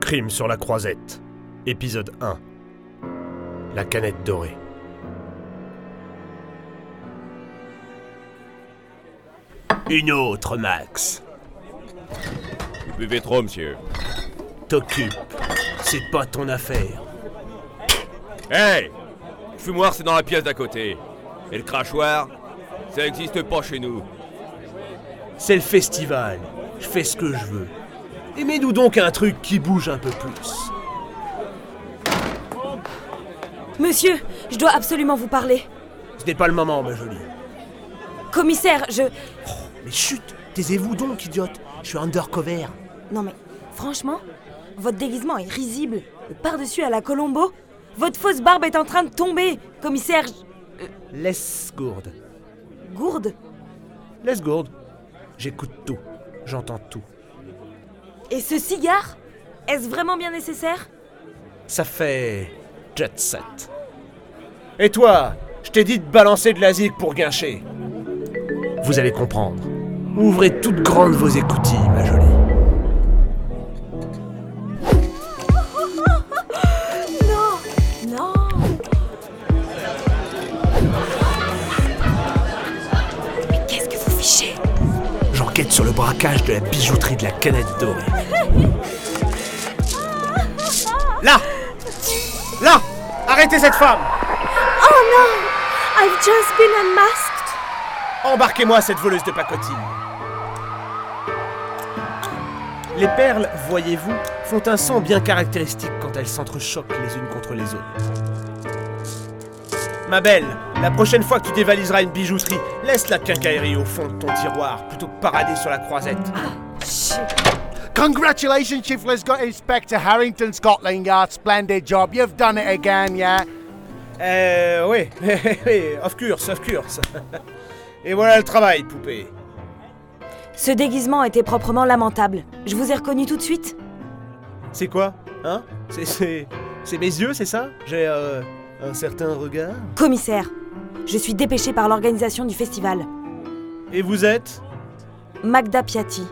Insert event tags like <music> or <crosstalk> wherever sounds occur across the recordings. Crime sur la croisette, épisode 1. La canette dorée. Une autre, Max. Buvez trop, monsieur. T'occupe. C'est pas ton affaire. Hey Le fumoir, c'est dans la pièce d'à côté. Et le crachoir, ça n'existe pas chez nous. C'est le festival. Je fais ce que je veux. Et mets-nous donc un truc qui bouge un peu plus. Monsieur, je dois absolument vous parler. Ce n'est pas le moment, ma jolie. Commissaire, je... Mais chut, taisez-vous donc, idiote. Je suis undercover. Non mais, franchement, votre déguisement est risible. Le Par-dessus à la Colombo. Votre fausse barbe est en train de tomber. Commissaire, je- Laisse gourde. gourde. Laisse gourde. J'écoute tout. J'entends tout. Et ce cigare Est-ce vraiment bien nécessaire Ça fait. Jet set. Et toi Je t'ai dit de balancer de la zig pour guincher. Vous allez comprendre. Ouvrez toutes grandes vos écoutilles, ma jolie. Non Non Mais qu'est-ce que vous fichez J'enquête sur le braquage de la bijouterie de la canette dorée. Là Là Arrêtez cette femme Oh non I've just been unmasked Embarquez-moi cette voleuse de pacotille Les perles, voyez-vous, font un son bien caractéristique quand elles s'entrechoquent les unes contre les autres. Ma belle, la prochaine fois que tu dévaliseras une bijouterie, laisse la quincaillerie au fond de ton tiroir plutôt que parader sur la croisette. Congratulations, Chief Liscott Inspector Harrington, Scotland Yard. Splendid job. You've done it again, yeah? Euh, oui, <laughs> oui, of course, of course. Et voilà le travail, poupée. Ce déguisement était proprement lamentable. Je vous ai reconnu tout de suite C'est quoi Hein C'est c'est c'est mes yeux, c'est ça J'ai euh, un certain regard. Commissaire, je suis dépêchée par l'organisation du festival. Et vous êtes Magda Piatti.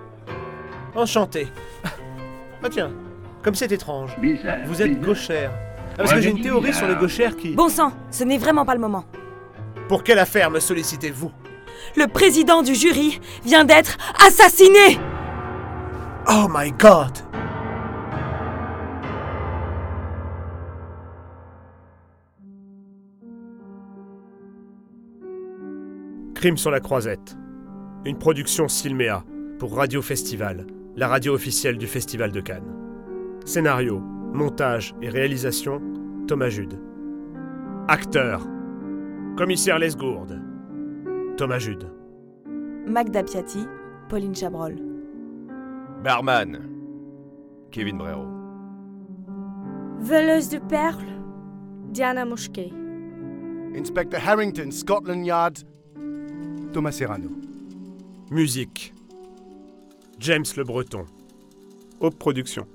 enchanté. <laughs> Bah tiens, comme c'est étrange. Vous êtes gauchère. Ah, parce que j'ai une théorie sur les gauchères qui. Bon sang, ce n'est vraiment pas le moment. Pour quelle affaire me sollicitez-vous Le président du jury vient d'être assassiné Oh my God Crime sur la croisette. Une production Silméa pour Radio Festival, la radio officielle du Festival de Cannes. Scénario, montage et réalisation, Thomas Jude. Acteur, commissaire Lesgourde, Thomas Jude. Magda Piatti, Pauline Chabrol. Barman, Kevin Brero. Veleuse de perles, Diana Mosquet. Inspector Harrington, Scotland Yard. Thomas Serrano. Musique, James Le Breton. Haute production.